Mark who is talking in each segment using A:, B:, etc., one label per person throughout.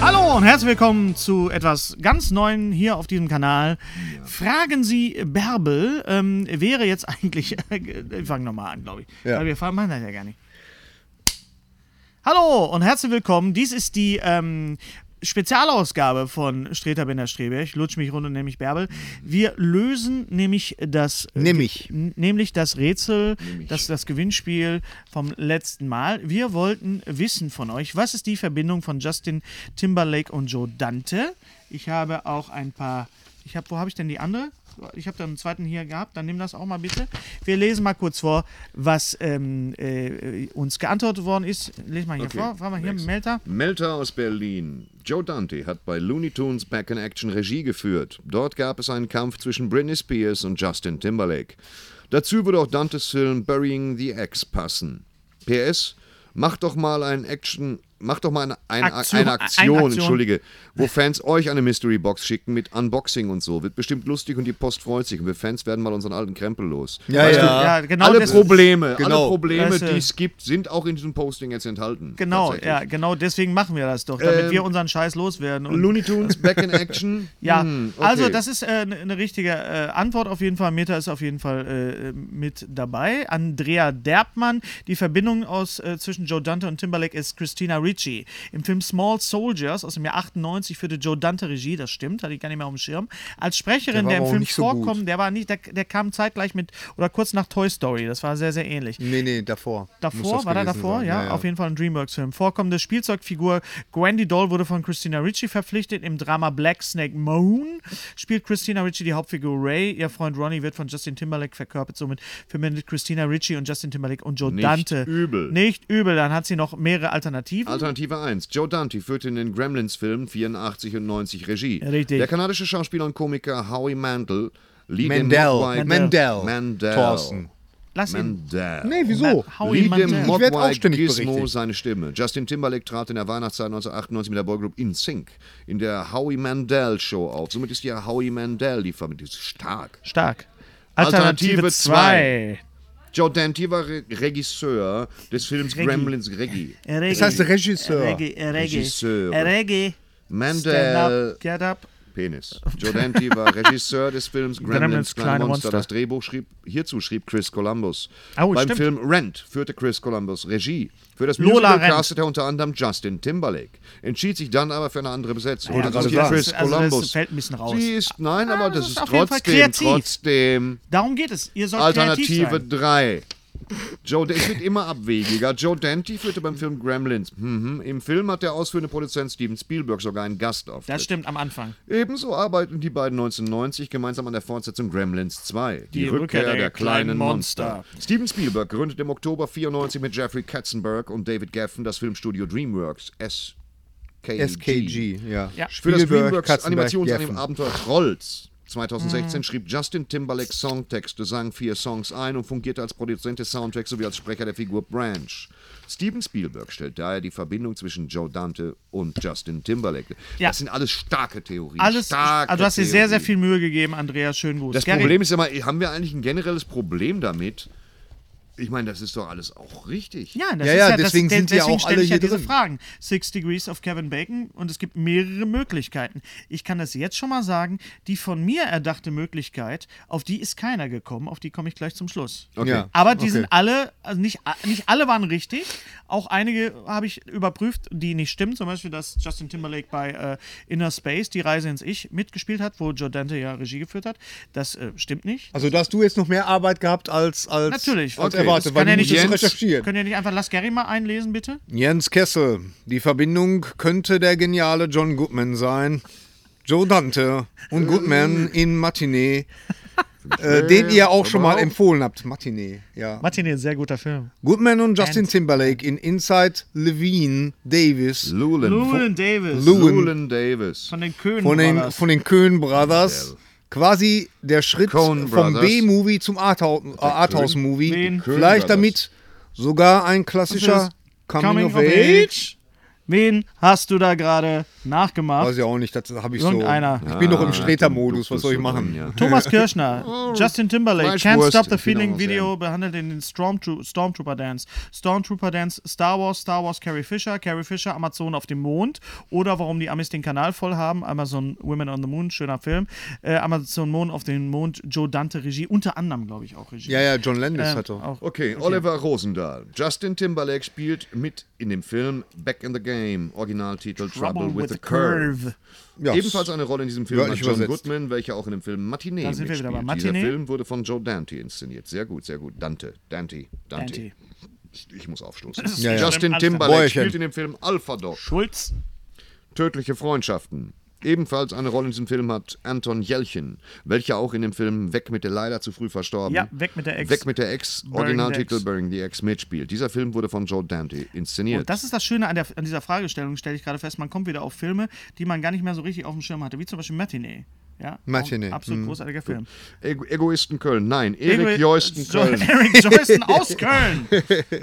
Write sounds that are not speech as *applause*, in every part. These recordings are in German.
A: Hallo und herzlich willkommen zu etwas ganz Neuem hier auf diesem Kanal. Fragen Sie Bärbel ähm, wäre jetzt eigentlich. *laughs* Wir fangen nochmal an, glaube ich.
B: Ja.
A: Weil wir fangen machen das ja gar nicht. Hallo und herzlich willkommen. Dies ist die ähm, Spezialausgabe von Streter Bender Strebech. Lutsch mich runter, nämlich Bärbel. Wir lösen nämlich das.
B: Nämlich.
A: N- nämlich das Rätsel, das, das Gewinnspiel vom letzten Mal. Wir wollten wissen von euch, was ist die Verbindung von Justin Timberlake und Joe Dante? Ich habe auch ein paar. Ich habe, wo habe ich denn die andere? Ich habe da einen zweiten hier gehabt, dann nimm das auch mal bitte. Wir lesen mal kurz vor, was ähm, äh, uns geantwortet worden ist. Lesen mal hier
C: Okay,
A: vor. War mal hier,
C: next.
A: Melter.
C: Melter aus Berlin. Joe Dante hat bei Looney Tunes Back in Action Regie geführt. Dort gab es einen Kampf zwischen Britney Spears und Justin Timberlake. Dazu würde auch Dantes Film Burying the Ex passen. PS, mach doch mal ein Action, mach doch mal eine, eine,
A: Aktion-
C: eine Aktion,
A: eine Aktion.
C: entschuldige, wo Fans euch eine Mystery Box schicken mit Unboxing und so. Wird bestimmt lustig und die Post freut sich und wir Fans werden mal unseren alten Krempel los. Weißt du,
A: Ja, genau.
C: alle
A: des-
C: Probleme,
B: Genau.
C: alle Probleme,
A: Das, äh,
C: die es gibt, sind auch in diesem Posting jetzt enthalten.
A: Genau,
C: Tatsächlich.
A: ja, genau deswegen machen wir das doch, damit
C: Ähm,
A: wir unseren Scheiß loswerden. Und
C: Looney Tunes Back in Action.
A: *laughs* Ja,
C: Hm, okay.
A: also das ist eine äh, ne- ne richtige äh, Antwort auf jeden Fall. Meta ist auf jeden Fall äh, mit dabei. Andrea Derbmann. Die Verbindung aus, äh, zwischen Joe Dante und Timberlake ist Christina Ricci. Im Film Small Soldiers aus dem Jahr 98 führte Joe Dante Regie, das stimmt, hatte ich gar nicht mehr auf dem Schirm. Als Sprecherin,
B: war aber
A: der, im
B: auch
A: Film
B: nicht so gut.
A: vorkommt, der war nicht, der, der kam zeitgleich mit oder kurz nach Toy Story. Das war sehr, sehr ähnlich.
B: Nee, nee, davor. Muss
A: Davor,
B: das
A: war da
B: gewesen
A: davor?
B: sein.
A: Ja, auf jeden Fall ein Dreamworks-Film. Vorkommende Spielzeugfigur Gwendy Doll wurde von Christina Ricci verpflichtet. Im Drama Black Snake Moon spielt Christina Ricci die Hauptfigur Ray. Ihr Freund Ronnie wird von Justin Timberlake verkörpert. Somit verbindet Christina Ricci und Justin Timberlake und Joe
C: Nicht
A: Dante.
C: übel.
A: Nicht übel. Dann hat sie noch mehrere Alternativen.
C: Alternative 1. Joe Dante führte in den Gremlins-Filmen 84 und 90 Regie.
A: Richtig.
C: Der kanadische Schauspieler und Komiker Howie Mandel lieh dem
D: Mandel.
C: Mogwai-
D: Mandel.
C: Mandel.
D: Thorsten.
A: Lass ihn.
C: Mandel.
D: Nee, wieso?
A: Na, hau ihn
C: Lieh
A: mal
C: dem
A: her.
D: Mo- werde
C: Mogwai
D: auch ständig
C: Gizmo
D: berichtigt.
C: seine Stimme. Justin Timberlake trat in der Weihnachtszeit 1998 mit der Boygroup In Sync in der Howie Mandel Show auf. Somit ist ja Howie Mandel die Familie. Die ist stark.
A: Stark.
C: Alternative
A: Alternative 2.
C: Joe Dante war Re Regisseur des Films Gremlins Reggie.
A: Das
D: heißt Regisseur.
A: Reggae, äh, Reggae.
C: Regisseur.
A: Reggae. Stand
C: Mandel
A: up, get up.
C: Penis. Joe Dante war Regisseur des Films
A: Gremlins,
C: Gremlins
A: kleine
C: Kleine Monster.
A: Monster.
C: Das Drehbuch schrieb, hierzu schrieb Chris Columbus.
A: Oh,
C: Beim
A: stimmt.
C: Film Rent führte Chris Columbus Regie. Für das
A: Lola
C: Musical
A: Rent.
C: castete er unter anderem Justin Timberlake. Entschied sich dann aber für eine andere Besetzung.
A: Ja,
C: Das
A: also
C: ist hier
A: das-
C: Chris
A: also das
C: Columbus.
A: fällt ein bisschen raus. Ah,
C: Sie ist, nein, aber
A: das
C: das,
A: ist
C: ist
A: auf jeden Fall
C: trotzdem,
A: kreativ.
C: trotzdem.
A: Darum geht es. Ihr sollt kreativ
C: Alternative
A: sein.
C: 3. Joe, es wird immer abwegiger. Joe Dante führte beim Film Gremlins. Mhm. Im Film hat der ausführende Produzent Steven Spielberg sogar einen Gast auf.
A: Das stimmt am Anfang.
C: Ebenso arbeiten die beiden 1990 gemeinsam an der Fortsetzung Gremlins 2, die,
A: Die Rückkehr
C: Rückkehr,
A: der
C: der,
A: kleinen
C: kleinen
A: Monster.
C: Monster. Steven Spielberg gründete im Oktober 94 mit Jeffrey Katzenberg und David Geffen das Filmstudio DreamWorks SKG.
D: SKG, ja.
A: Ja.
C: Für das
D: Spielberg,
C: DreamWorks
D: Katzenberg,
C: Animationsanim
D: Jeffen.
A: Mhm.
C: Abenteuer Trolls 2016 schrieb Justin Timberlake Songtexte, sang vier Songs ein und fungierte als Produzent des Soundtracks sowie als Sprecher der Figur Branch. Steven Spielberg stellt daher die Verbindung zwischen Joe Dante und Justin Timberlake.
A: Ja.
C: Das sind alles starke Theorien.
A: Alles,
C: starke
A: also du hast dir sehr, sehr
C: Theorien.
A: viel Mühe gegeben, Andreas. Schön gut.
C: Das Problem ist immer, haben wir eigentlich ein generelles Problem damit? Ich meine, das ist doch alles auch richtig.
A: Ja, das
D: Ja,
A: ist
D: ja,
A: ja, das-
D: deswegen
A: de-
D: sind die ja
A: deswegen
D: auch
A: stelle
D: alle
A: ich ja
D: hier
A: diese
D: drin.
A: Fragen. Six Degrees of Kevin Bacon und es gibt mehrere Möglichkeiten. Ich kann das jetzt schon mal sagen, die von mir erdachte Möglichkeit, auf die ist keiner gekommen, auf die komme ich gleich zum Schluss.
C: Okay.
D: Ja.
A: Aber die sind
D: Okay.
A: alle, also nicht, a- nicht alle waren richtig. Auch einige habe ich überprüft, die nicht stimmen. Zum Beispiel, dass Justin Timberlake bei äh, Inner Space, die Reise ins Ich, mitgespielt hat, wo Joe Dante ja Regie geführt hat. Das äh, stimmt nicht.
D: Also da hast du jetzt noch mehr Arbeit gehabt als, als,
A: Natürlich.
D: als
A: Okay.
D: erwartet,
A: Das
D: weil
A: kann
D: du
A: ja
D: musst
A: nicht-
D: es
C: Jens-
D: recherchieren.
A: Könnt ihr nicht einfach Lass Gary mal einlesen, bitte?
D: Jens Kessel, die Verbindung könnte der geniale John Goodman sein. Joe Dante und Goodman in Matinee, äh, den ihr auch schon mal empfohlen habt. Matinee, ja.
A: Martin, ein sehr guter Film.
D: Goodman und Justin Timberlake in Inside Levine Davis
C: Lulen.
A: Llewellyn Davis.
D: Llewellyn.
C: Lulen Davis.
A: Von den Köhnen.
D: von den,
A: Brothers.
D: von den Coen Brothers. Quasi der Schritt
C: Coen
D: vom
C: Brothers.
D: B-Movie zum Arthau- äh, Arthouse-Movie.
A: Wen?
D: Vielleicht
C: Brothers.
D: damit sogar ein klassischer
A: Das ist
D: Coming, of, Age.
A: Wen hast du da gerade nachgemacht?
D: Weiß ich auch nicht, das habe ich so.
A: Irgendeiner.
D: Ich bin noch im
C: Ah,
D: Streter-Modus,
C: du bist
D: was soll ich
C: so
D: Oh, machen?
C: drin, ja.
A: Thomas
D: *laughs*
A: Kirschner, Justin Timberlake, Can't
C: Fleischwurst,
A: Stop the
C: ich bin auch
A: Feeling
C: noch
A: Video behandelt in den Stormtro Stormtrooper Dance. Stormtrooper Dance, Star Wars, Star Wars, Carrie Fisher, Carrie Fisher, Amazon auf dem Mond oder warum die Amis den Kanal voll haben, Amazon Women on the Moon, schöner Film, äh, Amazon Moon auf den Mond, Joe Dante Regie, unter anderem glaube ich auch Regie.
D: Ja, ja, John Landis
A: Ähm,
D: hat doch.
A: auch.
C: Okay, Oliver Rosendahl. Justin Timberlake spielt mit in dem Film Back in the Game, Originaltitel Trouble, with, the Curve.
D: Ja.
C: Ebenfalls eine Rolle in diesem Film hat
D: Wörtlich
C: John
D: übersetzt.
C: Goodman, welcher auch in dem Film Matinee
A: Da sind wir
C: mitspielt.
A: wieder bei
C: Dieser
A: Matinee.
C: Film wurde von Joe Dante inszeniert. Sehr gut, sehr gut. Dante, Dante, Dante.
A: Dante.
C: Ich muss aufstoßen.
D: Ja, ja.
C: Justin
A: Alles
C: Timberlake
D: Bäuerchen.
C: spielt in dem Film Alpha Dog.
A: Schulz.
C: Tödliche Freundschaften. Ebenfalls eine Rolle in diesem Film hat Anton Jelchen, welcher auch in dem Film Weg mit der leider zu früh verstorben.
A: Ja, Weg mit der Ex.
C: Weg mit der Ex,
A: Burying the
C: Originaltitel
A: Ex.
C: Burying the Ex mitspielt. Dieser Film wurde von Joe Dante inszeniert.
A: Und das ist das Schöne an, der, an dieser Fragestellung, stelle ich gerade fest. Man kommt wieder auf Filme, die man gar nicht mehr so richtig auf dem Schirm hatte, wie zum Beispiel Matinee. Ja,
D: Matinee,
A: Auch Absolut großartiger Film.
C: Ego Egoisten Köln, nein, Erik
A: Eric-
C: Joisten
A: Jo- *laughs*
C: Köln.
A: Eric Joyston
C: *laughs*
A: aus Köln.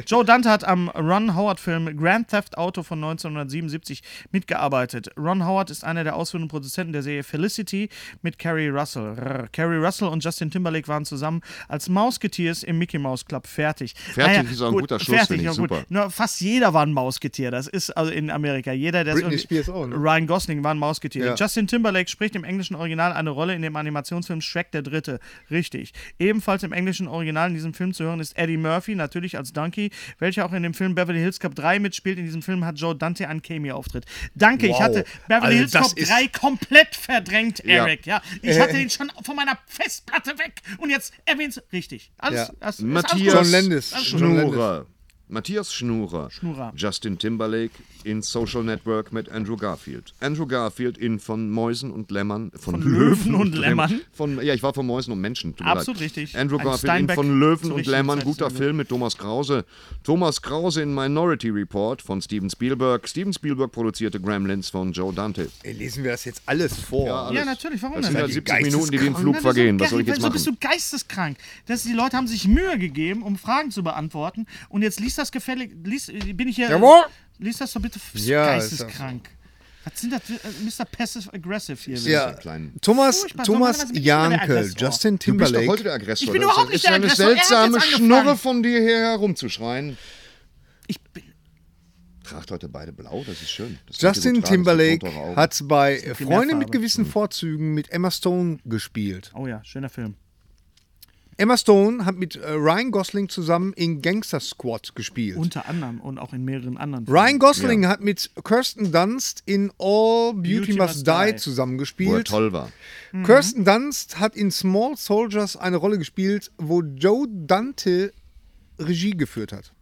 A: Joe Dante hat am Ron Howard-Film Grand Theft Auto von 1977 mitgearbeitet. Ron Howard ist einer der ausführenden Produzenten der Serie Felicity mit Carrie Russell. Rrr. Carrie Russell und Justin Timberlake waren zusammen als Mausketeers im Mickey Mouse Club fertig.
C: Fertig ist auch ein guter Schluss,
A: fertig
C: finde ich,
A: ist auch
C: super.
A: Nur fast jeder war ein Mausgetier. Das ist also in Amerika. Jeder, der
D: Britney
A: ist
D: Spears auch, ne?
A: Ryan Gosling war ein Mausgetier.
D: Ja.
A: Justin Timberlake spricht im englischen Original eine Rolle in dem Animationsfilm Shrek der Dritte. Richtig. Ebenfalls im englischen Original in diesem Film zu hören ist Eddie Murphy, natürlich als Donkey, welcher auch in dem Film Beverly Hills Cop 3 mitspielt. In diesem Film hat Joe Dante einen Cameo-Auftritt. Danke, ich
D: Wow.
A: hatte Beverly
D: Also
A: Hills
D: das
A: Cop
D: ist- Äh.
A: 3 komplett verdrängt,
C: Ja.
A: Eric. Ja. Ich hatte ihn schon von meiner Festplatte weg und jetzt erwähnt's richtig. Alles,
D: Ja.
A: das, ist
C: Matthias
D: John
A: alles gut.
D: Landis. John
C: Schnurer. Matthias Schnurer.
A: Schnurer.
C: Justin Timberlake in Social Network mit Andrew Garfield. Andrew Garfield in von Mäusen und Lämmern. Von,
A: Löwen und Lämmern.
C: Von, ja, ich war von Mäusen und Menschen. tut mir
A: Absolut
C: leid.
A: richtig.
C: Andrew
A: Ein
C: Garfield in
A: Steinbeck
C: von Löwen
A: zur
C: und
A: richtigen
C: Lämmern.
A: Zeit, sehr
C: Guter
A: gut.
C: Film mit Thomas Krause. Thomas Krause in Minority Report von Steven Spielberg. Steven Spielberg produzierte Gremlins von Joe Dante.
D: Ey, lesen wir das jetzt alles vor.
A: Ja, natürlich, warum denn?
C: Das sind halt
D: Die
C: 70 Minuten, die wie im
D: geisteskrank.
C: Flug
A: Na,
C: vergehen.
A: wieso
C: Was soll ich
A: ge-
C: jetzt
A: wieso bist
C: machen?
A: du geisteskrank? Das, die Leute haben sich Mühe gegeben, um Fragen zu beantworten. Und jetzt liest das gefällig. Liest, äh, bin ich hier.
D: Jawohl.
A: Liest das doch bitte f-
D: Ja, ist das so.
A: geisteskrank. Was sind das? für- äh, Mr. Passive Aggressive hier.
D: Ja.
C: kleinen-
D: Thomas,
A: Furchtbar,
D: Thomas
A: normalerweise bin Oh, ich immer der
D: Jankel,
A: Aggressor.
D: Justin
C: Du bist doch
D: Timberlake.
C: heute der Aggressor.
A: Ich bin
C: Das
A: überhaupt
C: ist
A: nicht
C: so
A: der
C: eine
A: Aggressor. Er hat jetzt
C: seltsame
A: angefangen.
C: Schnurre von dir hier herumzuschreien.
A: Ich bin,
C: Tragt heute beide blau, das ist schön. Das könnt ihr
D: Justin
C: gut tragen, das sind
D: Timberlake
C: rotere Augen.
D: hat bei Freunde
A: Primärfarbe.
D: mit
C: Hm.
D: gewissen Vorzügen mit Emma Stone gespielt.
A: oh ja, schöner Film.
D: Emma Stone hat mit äh, Ryan Gosling zusammen in Gangster Squad gespielt.
A: Unter anderem und auch in mehreren anderen Filmen.
D: Ryan Gosling hat mit Kirsten Dunst in All Beauty,
A: Beauty
D: Must
A: Must
D: Die, Mhm.
A: Die.
C: Wo er
D: zusammengespielt.
C: toll war.
D: Kirsten Dunst hat in Small Soldiers eine Rolle gespielt, wo Joe Dante Regie geführt hat.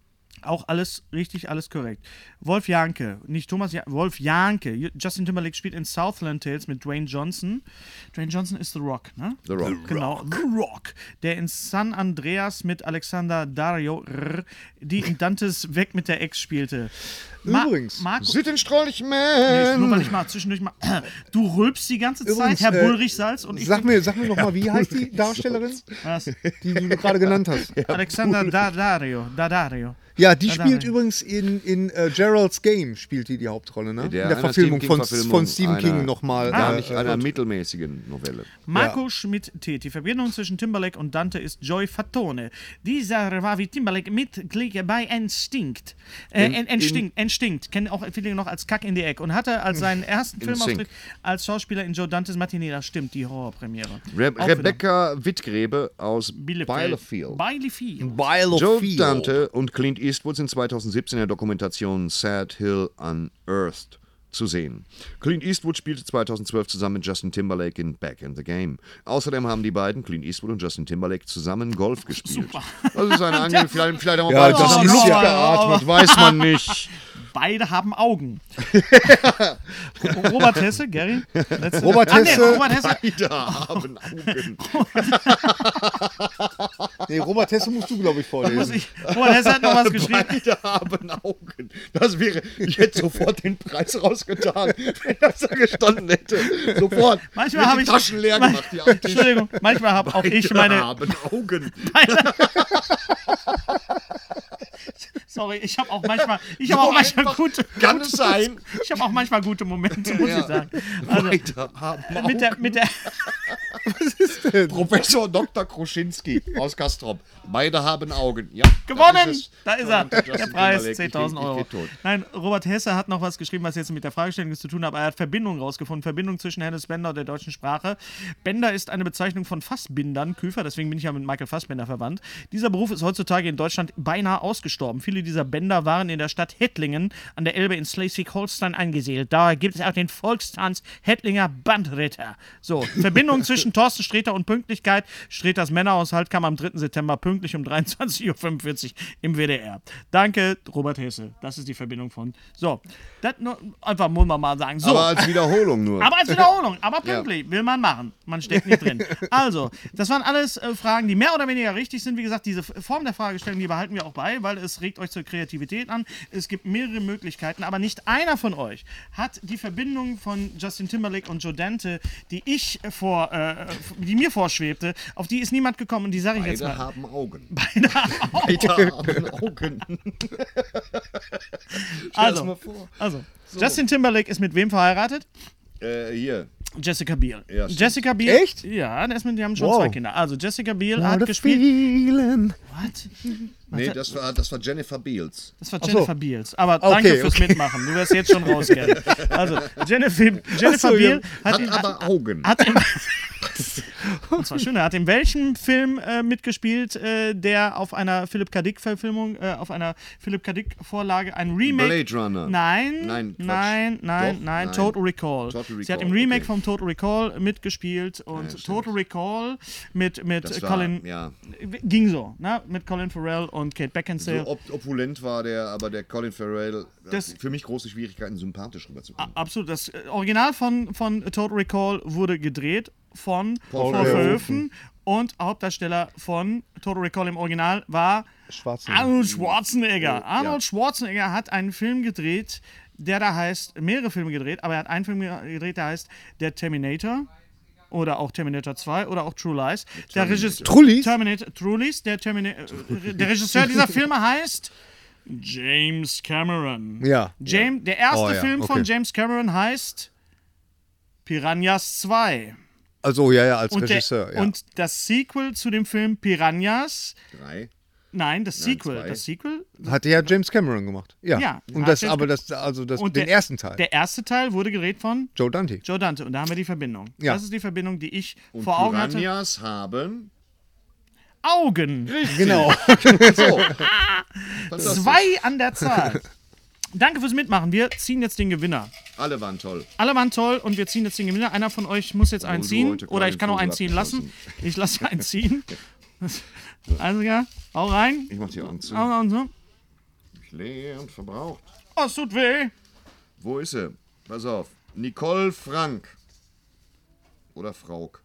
A: Auch alles richtig, alles korrekt. Wolf Janke, nicht Thomas, ja Wolf Janke. Justin Timberlake spielt in Southland Tales mit Dwayne Johnson. Dwayne Johnson ist The Rock, ne?
C: The Rock. The
A: genau. The Rock. Der in San Andreas mit Alexander Dario, rr, die in Dantes Weg mit der Ex spielte. Ma-
D: Übrigens,
A: Markus, Nee, nur weil
C: Sittenstrolchman.
A: ich mal zwischendurch mal. *clears throat* Du rülpst die ganze
D: Übrigens,
A: Zeit, Herr
D: äh,
A: Bullrich Salz und ich.
D: Sag mir, sag mir *laughs* nochmal, wie heißt die Darstellerin, *laughs*
A: was?
D: die du gerade genannt hast?
A: Alexander Daddario. Daddario.
D: Ja, die
A: Ja,
D: spielt
A: Daniel.
D: übrigens in, in äh, Gerald's Game, spielt die die Hauptrolle, ne? in der
C: einer
D: Verfilmung
C: Stephen
D: von,
C: King-Verfilmung
D: von Stephen
C: einer-
D: King nochmal.
C: Gar
D: äh,
C: nicht
D: äh,
C: einer mittelmäßigen Novelle.
A: Marco Schmidt-Tät. Die Verbindung zwischen Timberlake und Dante ist Joy Fatone. Dieser war wie Timberlake Mitglied bei Instinct. Äh, en, Instinct, Instinct. Kennen auch viele noch als Kack in die Ecke. Und hatte als
D: *laughs*
A: seinen ersten
C: Instinct.
A: Filmauftritt als Schauspieler in Joe Dantes Matinee. Das stimmt, die Horrorpremiere.
C: Re
A: Auch
C: Rebecca Wittgrebe aus
A: wieder
C: Bielefield.
A: Bielefield.
D: Bile of
C: Joe
D: Feel.
C: Dante und Clint Eastwood sind 2017 in der Dokumentation Sad Hill Unearthed zu sehen. Clint Eastwood spielte 2012 zusammen mit Justin Timberlake in Back in the Game. Außerdem haben die beiden, Clint Eastwood und Justin Timberlake, zusammen Golf gespielt.
A: Super.
C: Das
A: *laughs*
C: ist eine Angel, vielleicht, vielleicht haben wir
D: Ja,
C: beide
D: das
C: zusammen
D: ist
C: Luft
D: ja-
C: geatmet, weiß man nicht.
A: *laughs* Beide haben Augen.
D: *laughs*
A: Robert Hesse, Gary? Letzte-
D: Robert
A: Ah, nee,
D: Hesse.
A: Robert Hesse.
C: Beide haben Augen.
D: Nee, Robert Hesse musst du,
A: *laughs*
D: glaube ich,
A: Muss
D: vorlesen.
A: ich, Robert Hesse hat noch
D: *laughs*
A: was geschrieben.
C: Beide haben Augen. Das wäre, ich hätte sofort den Preis rausgetan, *laughs* wenn das da gestanden hätte. Sofort.
A: Manchmal
C: Mir
A: habe
C: die
A: ich.
C: Taschen leer
A: man-
C: gemacht,
A: *laughs*
C: die am Tisch.
A: Entschuldigung, manchmal habe auch ich meine.
C: haben Augen.
A: *laughs* Sorry, ich habe auch manchmal. Ich habe auch manchmal gute.
C: Kann es sein?
A: *laughs* Ich habe auch manchmal gute Momente, muss
C: Ja.
A: ich sagen. Also,
C: Beide haben Augen.
A: mit der, mit der,
C: Professor Dr. Kruschinski aus Kastrop. Beide haben Augen. Ja,
A: gewonnen!
C: das ist es.
A: da ist er.
C: Und Justin
A: Der Preis,
C: Timberlake, ich
A: 10.000
C: bin- ich
A: Euro.
C: bin tot.
A: Nein, Robert Hesse hat noch was geschrieben, was jetzt mit der Fragestellung zu tun hat, aber er hat Verbindungen rausgefunden. Verbindung zwischen Hennes Bender und der deutschen Sprache. Bender ist eine Bezeichnung von Fassbindern, Küfer, deswegen bin ich ja mit Michael Fassbender verwandt. Dieser Beruf ist heutzutage in Deutschland beinahe ausgestorben. Viele dieser Bänder waren in der Stadt Hettlingen an der Elbe in Schleswig-Holstein angesiedelt. Daher gibt es auch den Volkstanz Hettlinger Bandritter. So,
C: *laughs*
A: Verbindung zwischen Thorsten Sträter und Pünktlichkeit. Sträters Männerhaushalt kam am 3. September pünktlich um 23.45 Uhr im WDR. Danke, Robert Hesse. Das ist die Verbindung von. So, das nur, einfach muss man mal sagen. So.
C: Aber als Wiederholung nur.
A: Aber als Wiederholung, aber pünktlich, will man machen. Man steckt nicht
C: *laughs*
A: drin. Also, das waren alles äh, Fragen, die mehr oder weniger richtig sind. Wie gesagt, diese F- Form der Fragestellung, die behalten wir auch bei, weil es regt euch zur Kreativität an. Es gibt mehrere Möglichkeiten, aber nicht einer von euch hat die Verbindung von Justin Timberlake und Joe Dante, die ich vor, äh, die mir vorschwebte, auf die ist niemand gekommen und die sage ich jetzt
C: Beide
A: mal.
C: haben Augen.
A: *laughs* Beide auch.
C: Beide haben Augen. *laughs*
A: Also,
C: mal vor.
A: also Justin Timberlake ist mit wem verheiratet?
C: Äh, hier.
A: Jessica Biel.
C: Ja, stimmt.
A: Jessica Biel.
D: Echt?
A: Ja, das mit, die haben schon
D: Wow.
A: zwei Kinder. Also Jessica Biel hat
D: What a
A: gespielt.
D: feeling.
A: What?
C: Nee, das war, das war Jennifer Beals.
A: Das war Jennifer Beals. Aber
D: Okay,
A: danke fürs
D: okay.
A: Mitmachen. Du wirst
C: *laughs*
A: jetzt schon raus, Gary. Also Jennifer, Jennifer
D: Ach so, ja.
A: Beal hat,
C: Hat aber Augen.
A: hat im *laughs* Und zwar schön, er hat in welchem Film äh, mitgespielt, äh, der auf einer Philipp K. Dick-Verfilmung, äh, auf einer Philipp K. Dick-Vorlage, ein Remake.
C: Blade Runner.
A: Nein,
C: Nein,
A: nein,
C: Quatsch.
A: nein, nein, nein,
C: Doch, nein.
A: Total Recall.
C: Total
A: Sie hat
C: Recall,
A: im Remake
C: okay.
A: vom Total Recall mitgespielt und Total Recall mit, mit
C: Das war,
A: Colin,
C: ja.
A: ging so, ne? mit Colin Farrell und Kate Beckinsale.
C: So op opulent war der, aber der Colin Farrell
A: Das-
C: hat für mich große Schwierigkeiten, sympathisch rüberzukommen.
A: Absolut. Das äh, Original von, von Total Recall wurde gedreht von Paul, Verhoeven und Hauptdarsteller von Total Recall im Original war
D: Schwarzenegger.
A: Arnold Schwarzenegger. Arnold Schwarzenegger hat einen Film gedreht, der da heißt, mehrere Filme gedreht, aber er hat einen Film gedreht, der heißt Der Terminator oder auch Terminator 2 oder auch True Lies. Der Regisseur
D: Trullis?
A: Terminator Trullis, der Termina äh, der Regisseur dieser Filme heißt James Cameron.
D: Ja.
A: James, Der erste
D: Oh, ja,
A: Film von
D: okay.
A: James Cameron heißt Piranhas 2.
D: Also, ja, ja, als
A: Und,
D: Regisseur.
A: der,
D: Ja.
A: und das Sequel zu dem Film Piranhas,
C: Drei.
A: nein, das Sequel,
C: zwei.
A: das Sequel,
D: Hat ja James Cameron gemacht. Ja.
A: Ja,
D: und
A: hat
D: das,
A: James
D: aber das, also das, den
A: der,
D: ersten Teil.
A: Der erste Teil wurde gedreht von
D: Joe Dante.
A: Joe Dante und da haben wir die Verbindung.
D: Ja.
A: Das ist die Verbindung, die ich
C: Und
A: vor Augen hatte.
C: Piranhas haben
A: Augen.
D: Genau.
C: So. Fantastisch.
A: Zwei an der
D: *laughs*
A: Zahl. Danke fürs Mitmachen. Wir ziehen jetzt den Gewinner.
C: Alle waren toll.
A: Alle waren toll und wir ziehen jetzt den Gewinner. Einer von euch muss jetzt einen
C: du
A: ziehen.
C: heute
A: Oder ich
C: keinen
A: kann auch
C: Vogel
A: einen ziehen lassen.
C: abgeschossen.
A: Ich lasse einen
C: *laughs*
A: ziehen. Also ja, hau rein.
C: Ich mach die Augen zu.
A: Hau rein und so.
C: Ich leer und verbraucht.
A: Oh, es tut weh.
C: Wo ist sie? Pass auf. Nicole Frank. Oder Frauk.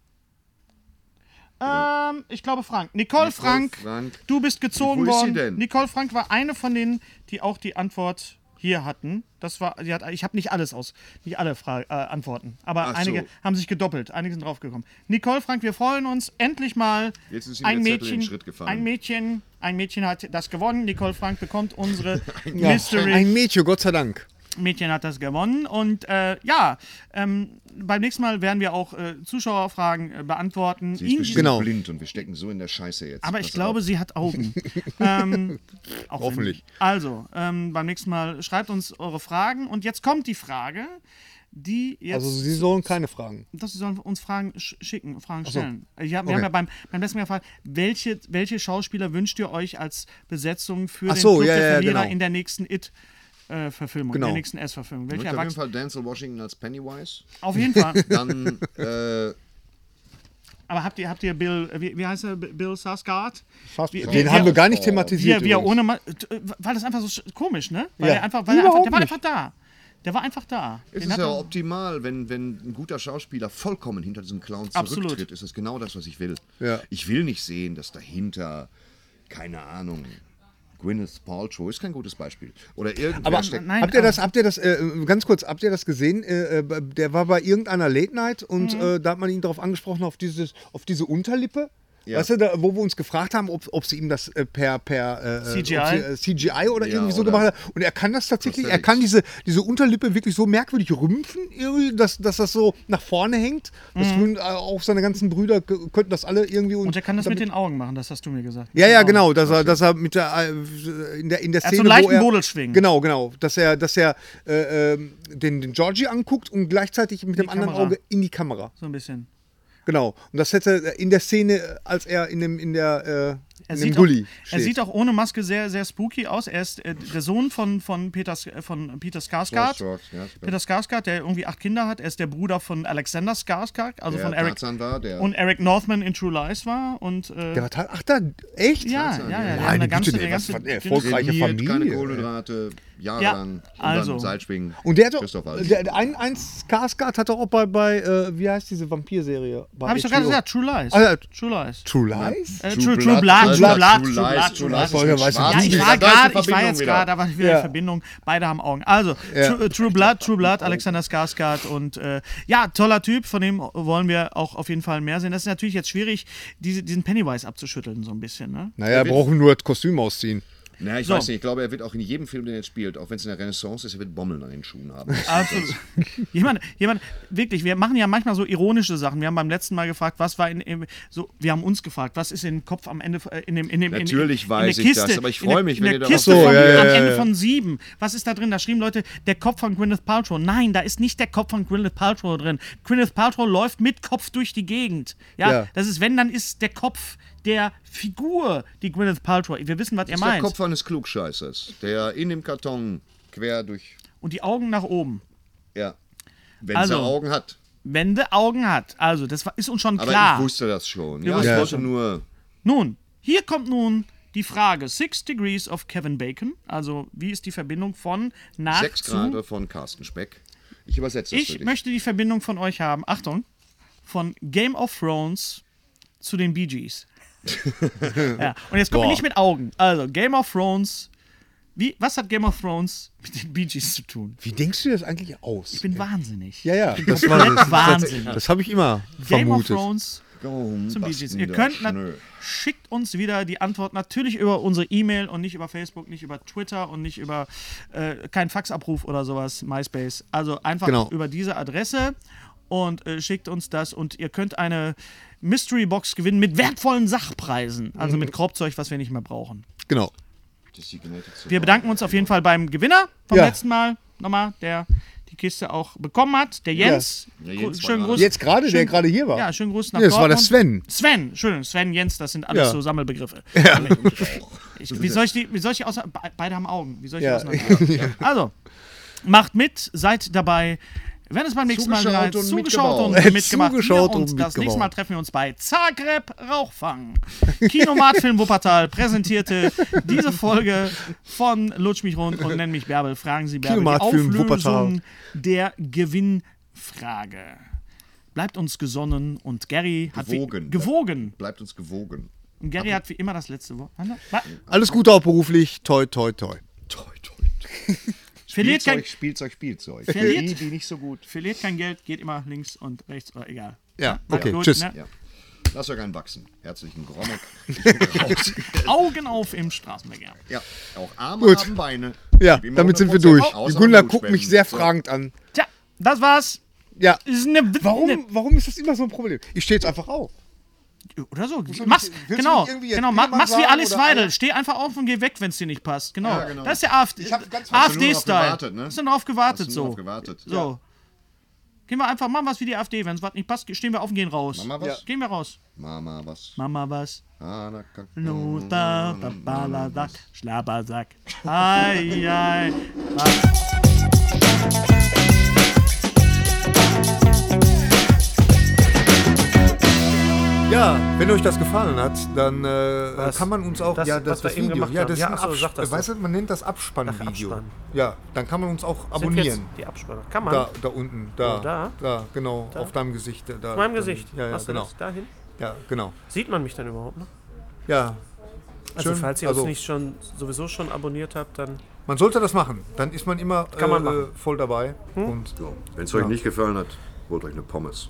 A: Ähm, ich glaube Frank. Nicole,
C: Nicole
A: Frank,
C: Frank.
A: du bist gezogen
C: Wo ist sie
A: worden.
C: denn?
A: Nicole Frank war eine von denen, die auch die Antwort hier hatten. Das war, die hat, ich habe nicht alles aus, nicht alle Fra äh, Antworten, aber
C: Ach
A: einige
C: so.
A: haben sich gedoppelt, einige sind draufgekommen. Nicole, Frank, wir freuen uns endlich mal.
C: Jetzt ist ihm
A: ein
C: der Zettel in
A: Mädchen,
C: den Schritt gefallen.
A: ein Mädchen, ein Mädchen hat das gewonnen. Nicole Frank bekommt
C: *laughs*
A: unsere
D: Ja,
A: Mystery.
D: Ein Mädchen, Gott sei Dank.
A: Mädchen hat das gewonnen. Und äh, ja, ähm, beim nächsten Mal werden wir auch äh, Zuschauerfragen äh, beantworten.
C: Sie ist
A: In-
C: bestimmt
D: Genau.
C: blind und wir stecken so in der Scheiße jetzt.
A: aber ich
C: Pass
A: glaube,
C: auf.
A: sie hat
D: *laughs*
A: Augen. ähm, auch wenn-
D: Hoffentlich.
A: Also, ähm, beim nächsten Mal schreibt uns eure Fragen. Und jetzt kommt die Frage, die jetzt.
D: Also sie sollen keine Fragen.
A: dass sie sollen uns Fragen sch schicken, Fragen stellen. Ich hab, wir haben ja beim, beim letzten Mal gefragt, welche, welche Schauspieler wünscht ihr euch als Besetzung für
D: Ach
A: den
D: so,
A: Club
D: ja,
A: der
D: ja,
A: Verlierer
D: genau.
A: in der nächsten It-Verfilmung, in
D: Genau.
A: der nächsten S-Verfilmung? Welche
C: Möchte auf jeden
A: Erwachsenen?
C: Fall Denzel Washington als Pennywise.
A: Auf jeden Fall.
D: *laughs*
C: Dann äh,
A: Aber habt ihr, habt ihr Bill, äh, wie, wie heißt er, B- Bill Sarsgaard? Wie-
D: Den
A: wie-
D: haben wir
A: wie-
D: gar nicht
C: Oh.
A: Wie,
D: thematisiert.
A: er- wie er
D: übrigens.
A: ohne Ma t- äh, War das einfach so sch- komisch, ne? Weil
D: Ja.
A: er einfach, weil er einfach,
D: Überhaupt
A: der war
D: nicht.
A: einfach da. Der war einfach da.
C: es
A: Den
C: ist
A: hat
C: ja
A: man-
C: optimal, wenn, wenn ein guter Schauspieler vollkommen hinter diesem Clown
A: Absolut.
C: zurücktritt, ist das genau das, was ich will.
D: Ja.
C: Ich will nicht sehen, dass dahinter, keine Ahnung, Gwyneth Paltrow ist kein gutes Beispiel. Oder irgendwer
D: Aber
C: steckt.
A: Nein,
D: habt ihr
A: aber-
D: das, habt ihr das, äh, ganz kurz, habt ihr das gesehen? Äh, äh, der war bei irgendeiner Late Night und
A: Mhm.
D: äh, da hat man ihn darauf angesprochen, auf, dieses, auf diese Unterlippe.
C: Ja.
D: Weißt du, da, wo wir uns gefragt haben, ob, ob sie ihm das äh, per, per äh,
A: CGI?
D: ob sie, äh, CGI oder
C: Ja,
D: irgendwie so
C: oder-
D: gemacht hat. Und er kann das tatsächlich, er
C: Prosthetics.
D: kann diese, diese Unterlippe wirklich so merkwürdig rümpfen, irgendwie, dass, dass das so nach vorne hängt. Das würden, äh, auch seine ganzen Brüder k- könnten das alle irgendwie.
A: Mhm. Und er kann das mit den Augen machen, das hast du mir gesagt. Mit
D: Ja,
A: den
D: ja,
A: Augen.
D: genau, dass er, dass er mit der äh, in der in der
A: hat so
D: Szene,
A: einen leichten
D: wo er,
A: Bodelschwingen.
D: Genau, genau, dass er, dass er äh, ähm, den, den Georgie anguckt und gleichzeitig mit dem anderen
A: Kamera.
D: Auge in die Kamera.
A: So ein bisschen.
D: Genau. Und das hätte er in der Szene, als er in dem in der äh,
A: Er
D: in dem
A: sieht,
D: Gully
A: auch, er
D: steht.
A: sieht auch ohne Maske sehr, sehr spooky aus. Er ist äh, der Sohn von, von, Peter, Sk- von Peter Skarsgård.
C: Skarsgård, ja, ich weiß.
A: Peter Skarsgård, der irgendwie acht Kinder hat. Er ist der Bruder von Alexander Skarsgård, also
C: der
A: von Eric,
C: Tarzan war, der
A: und Eric Northman in True Lies war. Und, äh,
D: der war tat, ach da echt?
A: ja, ja, ja, der hat
D: Meine
A: eine
D: Güte,
A: ganze,
D: der
A: eine
D: was
A: ganze
D: von der
A: Gen-
D: Erfolg- reiche
C: trainiert, keine
D: Familie,
C: Kohlenhydrate, jahrelang. und
A: also.
C: dann Seitschwingen.
D: Und der hat
C: Christoph
D: doch,
C: Waltz.
D: der, der ein, ein Skarsgård hat doch auch bei, bei äh, wie heißt diese Vampirserie? Bei
A: Hab ich doch gerade
D: HBO.
A: gesagt, True Lies.
D: Ah, ja.
A: True Lies.
D: True Lies?
A: Äh,
C: True
A: True, True
C: Blood,
A: Blood,
C: True
A: True
C: Blood,
A: Blood, True
C: True
A: Blood,
C: Lies,
A: True
C: True Lies
A: Lies.
C: ist mit
A: Ja, ich
C: Schwarzen-
A: war
C: Da ist eine
A: gerade, ich war jetzt
C: Verbindung wieder.
A: gerade, da war ich wieder
D: Ja.
A: in Verbindung. Beide haben Augen. Also, True, True Blood, True Blood, Alexander Skarsgård und äh, ja, toller Typ, von dem wollen wir auch auf jeden Fall mehr sehen. Das ist natürlich jetzt schwierig, diese, diesen Pennywise abzuschütteln, so ein bisschen, ne?
D: Naja, wir brauchen nur das Kostüm ausziehen.
C: Na, ich
A: So.
C: weiß nicht, ich glaube, er wird auch in jedem Film, den er jetzt spielt, auch wenn es in der Renaissance ist, er wird Bommeln an den Schuhen
A: *laughs*
C: haben.
A: Absolut. jemand, jemand, wirklich, wir machen ja manchmal so ironische Sachen. Wir haben beim letzten Mal gefragt, was war in, im- so, wir haben uns gefragt, was ist im Kopf am Ende, äh, in dem, in dem, in-
C: Natürlich
A: in, in,
C: weiß
A: der
C: ich
A: Kiste,
C: das, aber ich
A: in der-
C: freu mich,
A: in
C: wenn
A: der
C: ihr darauf
A: Kiste
D: kommt.
A: von,
D: So, ja, ja,
A: am
D: ja,
A: Ende
D: ja.
A: von sieben. Was ist da drin? Da schrieben Leute, der Kopf von Gwyneth Paltrow. Nein, da ist nicht der Kopf von Gwyneth Paltrow drin. Gwyneth Paltrow läuft mit Kopf durch die Gegend. Ja,
D: Ja.
A: das ist, wenn, dann ist der Kopf der Figur, die Gwyneth Paltrow. Wir wissen, was er
C: Das ist der
A: meint.
C: Kopf eines Klugscheißers, der in dem Karton quer durch,
A: Und die Augen nach oben.
C: ja, wenn
A: Also.
C: er Augen hat.
A: Wenn der Augen hat. Also, das war- ist uns schon
C: Aber
A: klar.
C: ich wusste das schon.
A: Wir
C: Ja,
A: wussten
C: ich
A: das
C: wollte nur,
A: Nun, hier kommt nun die Frage: Six Degrees of Kevin Bacon. Also, wie ist die Verbindung von nach
C: sechs
A: zu?
C: Grade von Carsten Speck. Ich übersetze das für
A: Ich
C: dich.
A: möchte die Verbindung von euch haben. Achtung, von Game of Thrones zu den Bee Gees. ja, und jetzt kommen wir nicht mit Augen. Also, Game of Thrones. Wie, was hat Game of Thrones mit den Bee Gees zu tun?
D: Wie denkst du das eigentlich aus?
A: Ich bin wahnsinnig.
D: Ja,
A: *laughs*
D: ja, das war
A: komplett
D: das.
A: wahnsinnig.
D: Das, das habe ich immer
A: Game
D: vermutet.
A: of Thrones
C: Komm,
A: zum Bee
C: Basten,
A: Gees. Ihr
C: der
A: könnt nat-
C: Schnö.
A: schickt uns wieder die Antwort natürlich über unsere E-Mail und nicht über Facebook, nicht über Twitter und nicht über äh, keinen Faxabruf oder sowas, MySpace. Also einfach
D: Genau.
A: über diese Adresse und äh, schickt uns das und ihr könnt eine Mystery Box gewinnen mit wertvollen Sachpreisen, also mit Korbzeug, was wir nicht mehr brauchen.
D: Genau.
C: Das ist die Genetik zu
A: Wir bedanken uns auf jeden Fall beim Gewinner vom
D: Ja.
A: letzten Mal nochmal, der die Kiste auch bekommen hat, der Jens.
C: Ja, Jens war
A: Schönen
C: gerade-
A: Gruß.
D: Jetzt gerade, der
A: Schön-
D: gerade hier war.
A: Ja, schönen Gruß nach
D: Nee, das war der
A: Dortmund.
D: Sven.
A: Sven, schön. Sven, Jens, das sind alles
D: Ja.
A: so Sammelbegriffe.
C: *laughs*
A: Ja. Ich, wie soll ich die, wie soll ich die auseinander... Be- Beide haben Augen. Wie soll ich
D: *laughs* Ja.
A: die auseinander... Also, macht mit, seid dabei. Wenn es beim nächsten Mal
C: Zugeschaut
A: seid,
C: und
A: zugeschaut und
C: mitgebaut.
A: mitgemacht.
D: Äh, Zugeschaut
A: Hier
D: und
A: und das
D: mitgebaut.
A: nächste Mal treffen wir uns bei Zagreb Rauchfang. *laughs* Kinomatfilm Wuppertal präsentierte diese Folge von Lutsch mich rund und nenn mich Bärbel. Fragen Sie Bärbel. Die
D: Kinomatfilm
A: Auflösung
D: Wuppertal.
A: der Gewinnfrage. Bleibt uns gesonnen und Gary hat
C: Gewogen.
A: wie gewogen.
C: Bleibt uns gewogen.
A: Und Gary hat wie immer das letzte Wort. Wa-
D: Alles Gute auch beruflich. Toi, toi, toi.
C: Toi, toi, toi.
A: Verliert kein,
C: Spielzeug, Spielzeug, Spielzeug.
A: Verliert-
C: Die, die nicht so gut.
A: verliert kein Geld, geht immer links und rechts, oder egal.
D: Ja,
A: Na
D: okay,
A: gut,
D: tschüss.
A: ne?
C: Ja. Lasst euch einen wachsen. Herzlichen
D: *laughs*
C: Gronek.
A: Augen auf im Straßenverkehr.
C: Ja, auch Arme
D: Gut.
C: haben Beine.
D: Ja,
C: Wie man
D: damit sind wir
C: 100%
D: durch.
C: außer
D: Die Gunda
C: Blutspenden.
D: guckt mich sehr fragend an.
A: Tja, das war's.
D: Ja.
A: Ist eine,
D: Warum,
A: eine-
D: warum ist das immer so ein Problem? Ich stehe jetzt einfach auf.
A: Oder so.
D: du
A: Mach's,
D: nicht- willst du
A: genau,
D: nicht irgendwie jetzt
A: genau mach,
D: Ehemann
A: mach's wie
D: sagen
A: Alice
D: oder
A: Weidel.
D: Al-
A: Steh einfach auf und geh weg, wenn's dir nicht passt. Genau.
C: Ja, genau.
A: Das ist der AfD.
D: Ich hab ganz-
C: Hast du nur drauf
A: AfD-Style.
C: gewartet, ne?
A: Hast du drauf gewartet
C: Hast du
A: so.
C: nur drauf gewartet.
A: So. Gehen wir einfach, machen was wie die AfD. Wenn's was nicht passt, stehen wir auf und gehen raus.
C: Mama was?
A: Gehen wir raus.
C: Mama was?
A: Mama was?
C: Anaka- Mm,
A: Nuta, da, Balasack, Schlabersack. Ei, ei.
B: Ja, wenn euch das gefallen hat, dann äh,
E: Was?
B: kann man uns auch
E: Das,
B: ja
E: was
B: das,
E: wir
B: das
E: eben
B: Video,
E: gemacht
B: ja
E: haben.
B: das
E: Ja,
B: ist ein
E: ach so,
B: Absp-
E: sag das
B: äh, weißt du, man nennt das Abspannvideo.
E: Abspann.
B: Ja, dann kann man uns auch
E: Sind wir
B: abonnieren.
E: Jetzt die Abspanne. Kann man?
B: Da, da unten, da,
E: Oh, da?
B: genau, auf deinem Gesicht, da.
E: Auf meinem Gesicht.
B: Ja, ja,
E: Machst du
B: genau,
E: das dahin?
B: ja, genau,
E: Sieht man mich dann überhaupt noch?
B: ja.
E: Also
B: Schön.
E: falls ihr
B: Also-
E: uns nicht schon sowieso schon abonniert habt, dann
B: Man sollte das machen, dann ist man immer
E: Kann man
B: äh,
E: machen. Hm?
B: voll dabei. Und
F: Wenn es euch nicht gefallen hat, holt euch eine Pommes.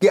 B: Geh